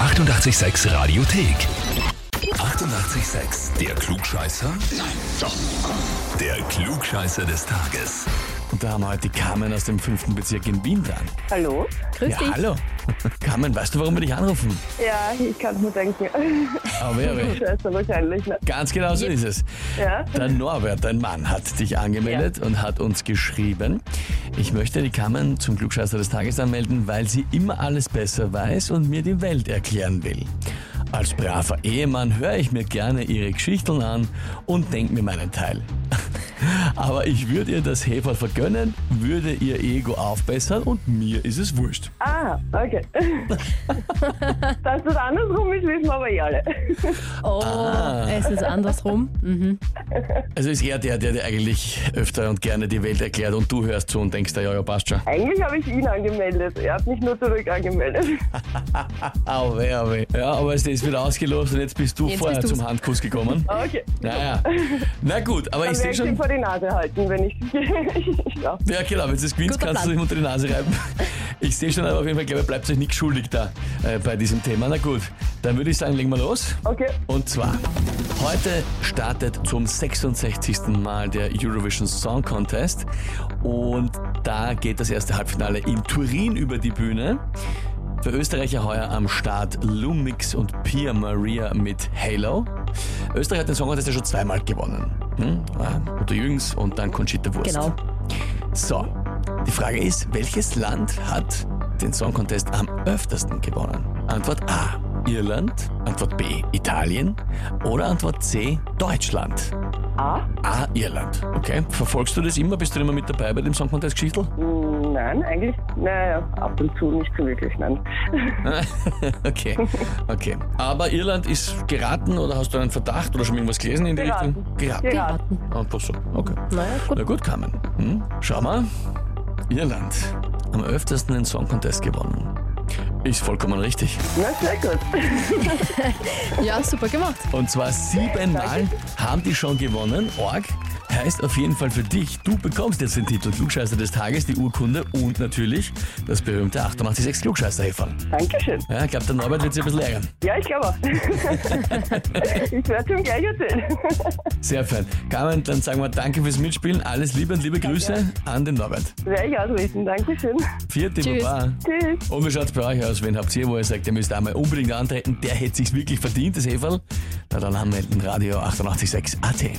886 Radiothek. 88,6. Der Klugscheißer? Nein, doch. Der Klugscheißer des Tages. Und da haben wir heute die Carmen aus dem fünften Bezirk in Wien dran. Hallo? Grüß ja, dich. hallo. Carmen, weißt du, warum wir dich anrufen? Ja, ich kann es mir denken. Aber ja, Scheiße, wahrscheinlich. Ne? ganz genau so ist es. Ja. Der Norbert, dein Mann, hat dich angemeldet und hat uns geschrieben, ich möchte die Carmen zum Klugscheißer des Tages anmelden, weil sie immer alles besser weiß und mir die Welt erklären will. Als braver Ehemann höre ich mir gerne ihre Geschichten an und denke mir meinen Teil. Aber ich würde ihr das Hefer vergönnen, würde ihr Ego aufbessern und mir ist es wurscht. Ah, okay. Dass das andersrum ist, wissen wir aber eh alle. Oh, es ist andersrum. Mhm. Also ist er der, der dir eigentlich öfter und gerne die Welt erklärt und du hörst zu und denkst, dir, ja, ja, passt schon. Eigentlich habe ich ihn angemeldet. Er hat mich nur zurück angemeldet. Au weh, au weh. Ja, aber es ist wieder ausgelost und jetzt bist du Jetzt vorher bist du's. zum Handkuss gekommen. Okay. Naja, na gut, aber Dann ich werde sehe ich ihn schon... vor die Nase halten, wenn ich. ja. Ja, genau, wenn du es gewinnst, Guter kannst du Plan. ihm unter die Nase reiben. Ich sehe schon, aber auf jeden Fall, glaube ich, bleibt euch nichts schuldig da äh, bei diesem Thema. Na gut, dann würde ich sagen, legen wir los. Okay. Und zwar, heute startet zum 66. Mal der Eurovision Song Contest und da geht das erste Halbfinale in Turin über die Bühne. Für Österreicher heuer am Start Lumix und Pia Maria mit Halo. Österreich hat den Song Contest ja schon zweimal gewonnen. Hm? Ah, Otto Jürgens und dann Conchita Wurst. Genau. So, die Frage ist, welches Land hat den Song Contest am öftersten gewonnen? Antwort A. Irland, Antwort B. Italien oder Antwort C. Deutschland. Ah? A. Irland. Okay, verfolgst du das immer? Bist du immer mit dabei bei dem Song Contest Geschichtel? Hm, Nein, eigentlich. Naja, ab und zu nicht so wirklich, nein. okay, okay. Aber Irland ist geraten oder hast du einen Verdacht oder schon irgendwas gelesen in die Geraten. Richtung? Geraten. Ja. Warten. Einfach so, okay. Naja, gut. Na gut, Carmen. Hm? Schau mal. Irland. Am öftersten den Song Contest gewonnen. Ist vollkommen richtig. Na, sehr gut. Ja, super gemacht. Und zwar siebenmal haben die schon gewonnen. Org. Heißt auf jeden Fall für dich, du bekommst jetzt den Titel Klugscheißer des Tages, die Urkunde und natürlich das berühmte 886 Klugscheißer-Häferl. Dankeschön. Ja, ich glaube, der Norbert wird sich ein bisschen ärgern. Ja, ich glaube auch. ich werde ihm gleich erzählen. Sehr fein. Carmen, dann sagen wir danke fürs Mitspielen. Alles Liebe und liebe Grüße an den Norbert. Werde ich ausrichten. Dankeschön. Vierte Tschüss. Baba. Tschüss. Und wie schaut's bei euch aus? Wen habt ihr, wo ihr sagt, ihr müsst einmal unbedingt antreten, der hätte sich's wirklich verdient, das Heferl? Na dann anmelden, Radio 886 AT.